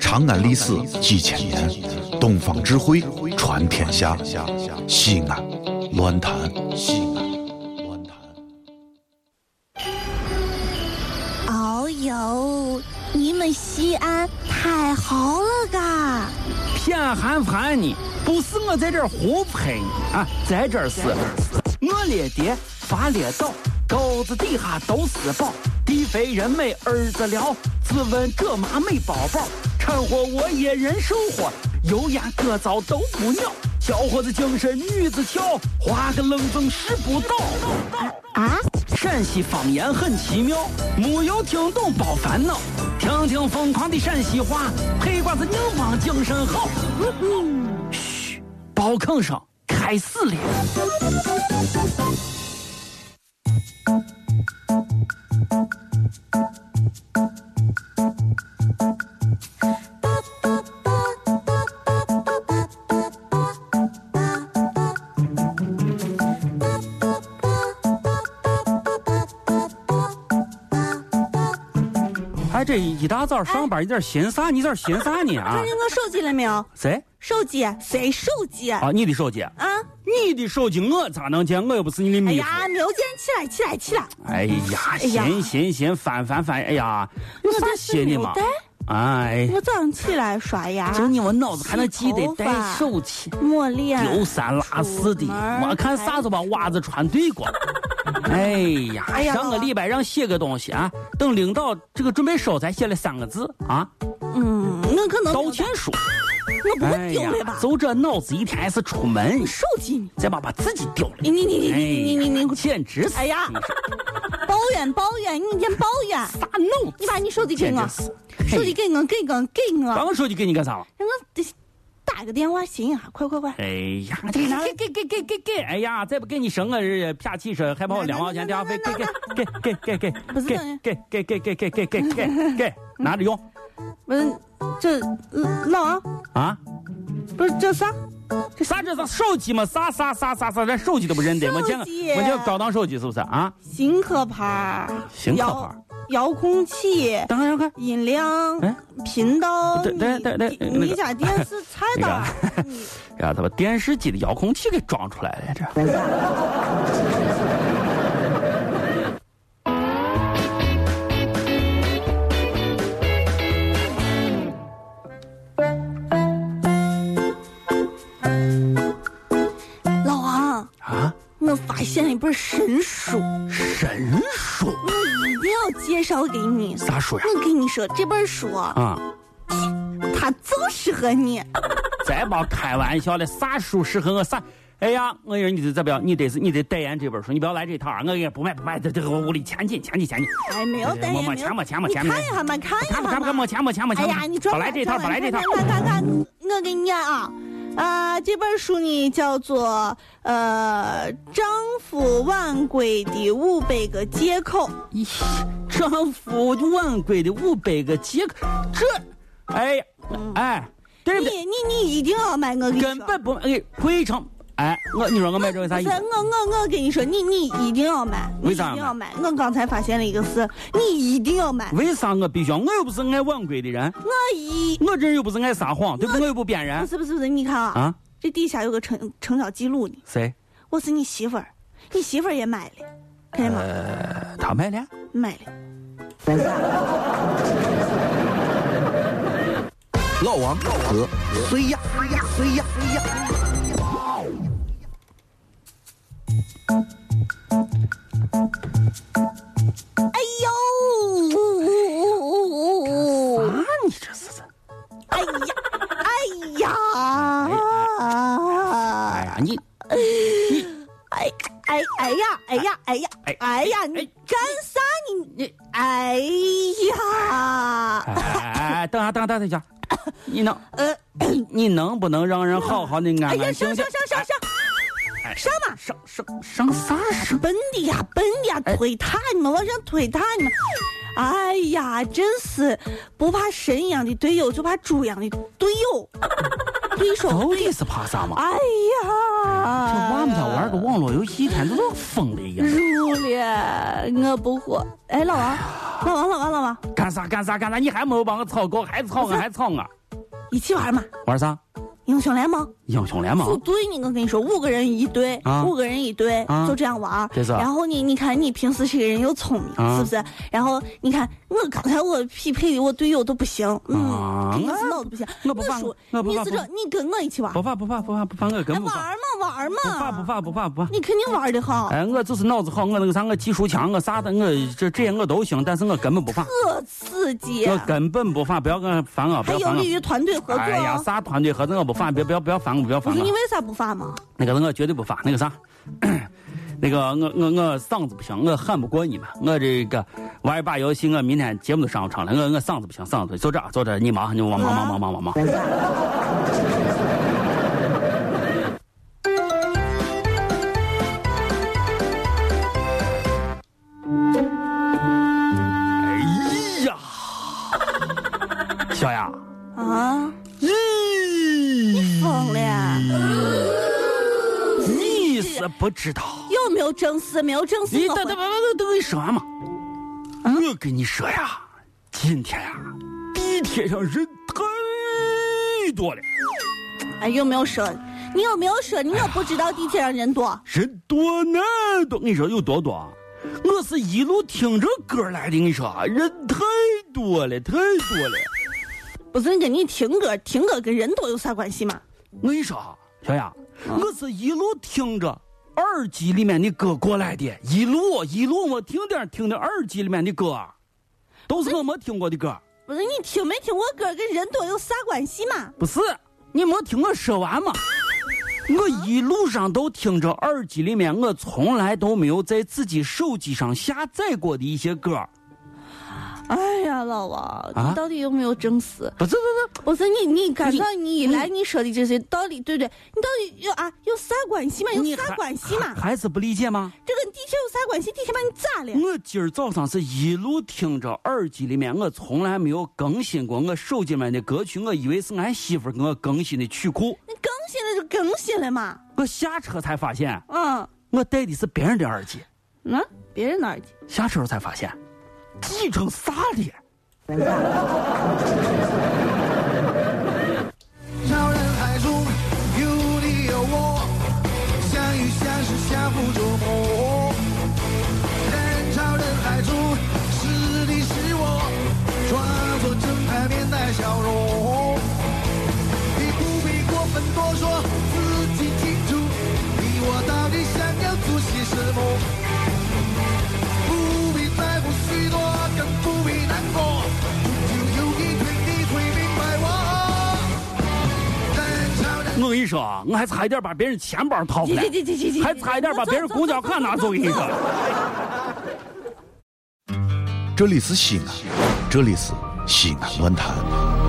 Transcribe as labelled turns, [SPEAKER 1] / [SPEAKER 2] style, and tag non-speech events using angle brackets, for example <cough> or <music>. [SPEAKER 1] 长安历史几千年，东方智慧传天下。西安，乱谈西安，乱谈。
[SPEAKER 2] 哦呦，你们西安太好了嘎！
[SPEAKER 3] 偏寒寒你，不是我在这儿胡喷你啊，在这儿是，我列爹发列倒，沟子底下都是宝，地肥人美儿子了，自问这妈没宝宝，掺和我也人生活，油盐各糟都不尿，小伙子精神女子俏，花个愣风使不倒。
[SPEAKER 2] 啊，
[SPEAKER 3] 陕西方言很奇妙，没有听懂别烦恼，听听疯狂的陕西话，黑瓜子硬邦精神好。嘘，包吭声开始了。哎，这一大早上班，你在这寻啥？你在这寻啥呢啊
[SPEAKER 2] 看？见我手机了没有？
[SPEAKER 3] 谁？
[SPEAKER 2] 手机，谁手机？啊，
[SPEAKER 3] 啊，你的手机？你的手机我咋能见？我又不是你的
[SPEAKER 2] 哎
[SPEAKER 3] 秘书。
[SPEAKER 2] 呀，没有见，起来，起来，起来！
[SPEAKER 3] 哎呀，
[SPEAKER 2] 哎呀
[SPEAKER 3] 行行行，翻翻翻，哎呀，有啥闲的嘛
[SPEAKER 2] 我这是没？
[SPEAKER 3] 哎，
[SPEAKER 2] 我早上起来刷牙，
[SPEAKER 3] 今你我脑子还能记
[SPEAKER 2] 洗
[SPEAKER 3] 得
[SPEAKER 2] 头发
[SPEAKER 3] 带手机。
[SPEAKER 2] 抹脸，
[SPEAKER 3] 丢三落四的
[SPEAKER 2] 出门儿，
[SPEAKER 3] 我看啥都把袜子穿对过。哎呀，
[SPEAKER 2] 哎呀
[SPEAKER 3] 上个礼拜让写个东西啊，等领导这个准备收才写了三个字啊，
[SPEAKER 2] 嗯，我可能
[SPEAKER 3] 道歉书。
[SPEAKER 2] 我不
[SPEAKER 3] 哎
[SPEAKER 2] 会丢
[SPEAKER 3] 呀
[SPEAKER 2] 了吧，？
[SPEAKER 3] 就这脑子一天还是出门，
[SPEAKER 2] 手机呢？
[SPEAKER 3] 再把把自己丢了。
[SPEAKER 2] 你你你
[SPEAKER 3] 哎
[SPEAKER 2] 你你你
[SPEAKER 3] 呀
[SPEAKER 2] 你，
[SPEAKER 3] 简直是！
[SPEAKER 2] 哎呀
[SPEAKER 3] 你说
[SPEAKER 2] 抱怨抱怨，你先抱怨，
[SPEAKER 3] 大脑子
[SPEAKER 2] 你把你手机给
[SPEAKER 3] 简
[SPEAKER 2] 我
[SPEAKER 3] 直，是。
[SPEAKER 2] 手机给我，给我，给我
[SPEAKER 3] 把。我手机给你干啥了？
[SPEAKER 2] 让我得打个电话行啊，快快快！
[SPEAKER 3] 哎呀，这个拿来 <laughs> 给给给给给！哎呀，再不给你省我这啪气声，还把我两毛钱电话费给给给给给给
[SPEAKER 2] 不是
[SPEAKER 3] 给给给给给给给 <laughs> 给给拿着用
[SPEAKER 2] 不是这呃老王，
[SPEAKER 3] 啊！
[SPEAKER 2] 不是这啥？
[SPEAKER 3] 啥这啥手机嘛？啥啥啥啥啥？连手机都不认得，没见
[SPEAKER 2] 手
[SPEAKER 3] 过
[SPEAKER 2] 机
[SPEAKER 3] 没见过高档手机是不是啊？
[SPEAKER 2] 行可牌儿，
[SPEAKER 3] 行可牌儿
[SPEAKER 2] 遥遥控器、
[SPEAKER 3] 等会儿让看
[SPEAKER 2] 音量
[SPEAKER 3] 哎、
[SPEAKER 2] 频道，
[SPEAKER 3] 对
[SPEAKER 2] 你
[SPEAKER 3] 对对对
[SPEAKER 2] 你
[SPEAKER 3] 那个
[SPEAKER 2] 你家电视菜单儿，你
[SPEAKER 3] 哎呀，他把电视机的遥控器给装出来了，这。
[SPEAKER 2] 老王，
[SPEAKER 3] 啊，
[SPEAKER 2] 我发现了一本神书，
[SPEAKER 3] 神书
[SPEAKER 2] 我一定要介绍给你。
[SPEAKER 3] 啥书呀？
[SPEAKER 2] 我跟你说，这本书
[SPEAKER 3] 啊，
[SPEAKER 2] 它就适合你。哎
[SPEAKER 3] <laughs> 再别开玩笑了，啥书适合我啥？哎呀，我说你这这不要，你得是你得代言这本书，你不要来这套啊！我也不买不买，这这个我屋里钱紧钱紧钱紧，
[SPEAKER 2] 哎，没有
[SPEAKER 3] 哎
[SPEAKER 2] 单
[SPEAKER 3] 没
[SPEAKER 2] 眼，没
[SPEAKER 3] 没
[SPEAKER 2] 有
[SPEAKER 3] 钱没钱没
[SPEAKER 2] 你
[SPEAKER 3] 钱
[SPEAKER 2] 看一下嘛，看一下
[SPEAKER 3] 看不看不看
[SPEAKER 2] 嘛
[SPEAKER 3] 没。钱没钱没钱！
[SPEAKER 2] 哎呀，你
[SPEAKER 3] 别
[SPEAKER 2] 转
[SPEAKER 3] 来这套，别来这套！
[SPEAKER 2] 看看看，我给你念啊，啊，这本书呢叫做呃《丈夫晚归的五百个借口》。
[SPEAKER 3] 咦， <laughs> 丈夫晚归的五百个借口，这，哎呀，哎，对不
[SPEAKER 2] 你
[SPEAKER 3] 对？
[SPEAKER 2] 你你一定要买，我嗯跟你说
[SPEAKER 3] 根。本不哎，亏成，哎，我你说我买这个啥意
[SPEAKER 2] 不
[SPEAKER 3] 思
[SPEAKER 2] 是？我我我跟你说，你你一定要买，你
[SPEAKER 3] 为
[SPEAKER 2] 一
[SPEAKER 3] 啥
[SPEAKER 2] 定要买。我刚才发现了一个事，你一定要买。
[SPEAKER 3] 为啥我必须要？我又不是爱晚归的人，
[SPEAKER 2] 我一
[SPEAKER 3] 我这人又不是爱撒谎，对不对？我又不编
[SPEAKER 2] 不
[SPEAKER 3] 人
[SPEAKER 2] 是不是不是，你看啊，
[SPEAKER 3] 啊？
[SPEAKER 2] 这底下有个成成交记录呢，
[SPEAKER 3] 谁？
[SPEAKER 2] 我是你媳妇儿，你媳妇儿也买了，看见吗？
[SPEAKER 3] 呃，他买了。
[SPEAKER 2] 买了。
[SPEAKER 1] 老王和谁呀？谁呀？谁呀？
[SPEAKER 2] 哎呦！
[SPEAKER 3] 啊，你这是这？
[SPEAKER 2] 哎呀！哎呀！
[SPEAKER 3] 哎呀，你
[SPEAKER 2] 哎哎哎呀！哎呀！哎呀！哎呀！你干啥你你？哎呀！
[SPEAKER 3] 哎哎哎，等下等下等下
[SPEAKER 2] <coughs>
[SPEAKER 3] 等下，你能
[SPEAKER 2] 呃，
[SPEAKER 3] <coughs> 你能不能让人好好的
[SPEAKER 2] 哎
[SPEAKER 3] 安
[SPEAKER 2] 呀！
[SPEAKER 3] 安
[SPEAKER 2] 上
[SPEAKER 3] 静静
[SPEAKER 2] 上上上上
[SPEAKER 3] 哎
[SPEAKER 2] 上嘛！
[SPEAKER 3] 上上上啥上？
[SPEAKER 2] 笨的呀，笨的呀，
[SPEAKER 3] 哎
[SPEAKER 2] 推塔你们往上推塔你们。哎呀，真是不怕神一样的队友，就怕猪一样的队友。对手
[SPEAKER 3] 到底是怕啥嘛？
[SPEAKER 2] 哎呀，
[SPEAKER 3] 这娃们家玩个网络游戏，一天都像疯了一样。
[SPEAKER 2] 入了，呃我不火。哎，老王，老王，老王，老王，
[SPEAKER 3] 啊干啥干啥干啥？你还没有把我吵够，还吵我，还吵我！
[SPEAKER 2] 一起玩嘛，
[SPEAKER 3] 玩啥？
[SPEAKER 2] 英雄联盟。
[SPEAKER 3] 英雄联
[SPEAKER 2] 组
[SPEAKER 3] 盟。
[SPEAKER 2] 队，你我跟你说，五个人一队，
[SPEAKER 3] 啊
[SPEAKER 2] 五个人一队，
[SPEAKER 3] 啊
[SPEAKER 2] 就这样玩儿。
[SPEAKER 3] 这是
[SPEAKER 2] 然后你，你看你平时是个人又聪明，
[SPEAKER 3] 啊
[SPEAKER 2] 是不是？然后你看我刚才我匹配的我队友都不行，嗯，
[SPEAKER 3] 啊
[SPEAKER 2] 平时脑子不行。
[SPEAKER 3] 我不怕
[SPEAKER 2] 说，
[SPEAKER 3] 我不
[SPEAKER 2] 你
[SPEAKER 3] 怕
[SPEAKER 2] 是
[SPEAKER 3] 不
[SPEAKER 2] 这，你跟我一起玩儿，
[SPEAKER 3] 不怕不怕不怕不怕，我
[SPEAKER 2] 哎
[SPEAKER 3] 跟不
[SPEAKER 2] 玩
[SPEAKER 3] 怕，
[SPEAKER 2] 儿嘛玩儿嘛，
[SPEAKER 3] 不怕不怕不怕不怕。
[SPEAKER 2] 你肯定玩的好。
[SPEAKER 3] 哎，我就是脑子好，我那个啥，我技术强，我啥的，我这这些我都行，但是我根本不怕，
[SPEAKER 2] 特刺激，
[SPEAKER 3] 我根本不怕，不要跟我烦我，不
[SPEAKER 2] 还
[SPEAKER 3] 要
[SPEAKER 2] 有
[SPEAKER 3] 烦
[SPEAKER 2] 利
[SPEAKER 3] 我。
[SPEAKER 2] 于团队合作
[SPEAKER 3] 哎呀，
[SPEAKER 2] 哦。
[SPEAKER 3] 啥团队合作我不烦，别不要不要烦我，不要
[SPEAKER 2] 我
[SPEAKER 3] 烦
[SPEAKER 2] 说你
[SPEAKER 3] 我。
[SPEAKER 2] 为啥不发嘛？
[SPEAKER 3] 那个我绝对不发，那个啥， <clears throat> 那个我我我嗓子不行，我喊不过你们，我这个玩一把游戏，我啊明天节目都上不成了，我我嗓子不行，嗓子就这就这，你忙你忙忙忙忙忙忙忙。哎呀，小雅，
[SPEAKER 2] 啊，
[SPEAKER 3] 咦，
[SPEAKER 2] 疯了呀！
[SPEAKER 3] 嗯你是不知道。
[SPEAKER 2] 有没有正事？没有正事
[SPEAKER 3] 你
[SPEAKER 2] 我
[SPEAKER 3] 等等
[SPEAKER 2] 会
[SPEAKER 3] 等等等，你说完嘛。我跟你说呀，今天呀，地铁上人太多了，
[SPEAKER 2] 哎，有没有说？你有没有说？你也不知道地铁上人多。
[SPEAKER 3] 人多难多。我跟你说有多多啊？我是一路听着歌来的，我跟你说啊人太多了，太多了。
[SPEAKER 2] 不是跟你听歌，听歌跟人多有啥关系嘛？
[SPEAKER 3] 我跟你说啊，小雅，我是一路听着耳机里面的歌过来的，一路一路我听点听的耳机里面的歌，都是我没听过的歌。
[SPEAKER 2] 不是你听没听过歌，跟人多有啥关系嘛？
[SPEAKER 3] 不是，你没听我说完 <laughs> 吗？我一路上都听着耳机里面，我从来都没有在自己手机上下载过的一些歌儿。
[SPEAKER 2] 哎呀，老王，
[SPEAKER 3] 啊
[SPEAKER 2] 你到底有没有正事？
[SPEAKER 3] 不是不
[SPEAKER 2] 不是你，你刚刚你一来你说的这些道理，对不对？你到底有啊有啥关系嘛？
[SPEAKER 3] 是，
[SPEAKER 2] 有
[SPEAKER 3] 嗯你
[SPEAKER 2] 啥
[SPEAKER 3] 还
[SPEAKER 2] 关系嘛
[SPEAKER 3] 还？嗯还是不理解吗？
[SPEAKER 2] 这跟地铁有啥关系？地铁把你咋了？
[SPEAKER 3] 我今儿早上是一路听着耳机里面，我从来没有更新过我手机里面的歌曲，我以为是俺媳妇儿给我更新的曲库。
[SPEAKER 2] 你更新了就更新了嘛？
[SPEAKER 3] 我下车才发现，
[SPEAKER 2] 嗯，
[SPEAKER 3] 我戴的是别人的耳机。
[SPEAKER 2] 那、别人哪儿去？
[SPEAKER 3] 下车才发现，挤成啥了？
[SPEAKER 4] 闹人海中，有你有我，相遇相识相互折磨。人潮人海中，是你是我，装作正派面带笑容。你不必过分多说，自己清楚，你我到底想要做些什么。不必在乎许多，更不必难过，终究有一天你会明白我。人潮人
[SPEAKER 3] 我跟你说啊，我还差一点把别人钱包掏回来
[SPEAKER 2] 这，这这这这，
[SPEAKER 3] 还差一点把别人公交卡拿走。跟你说，
[SPEAKER 1] 这里是西安，这里是西安论坛。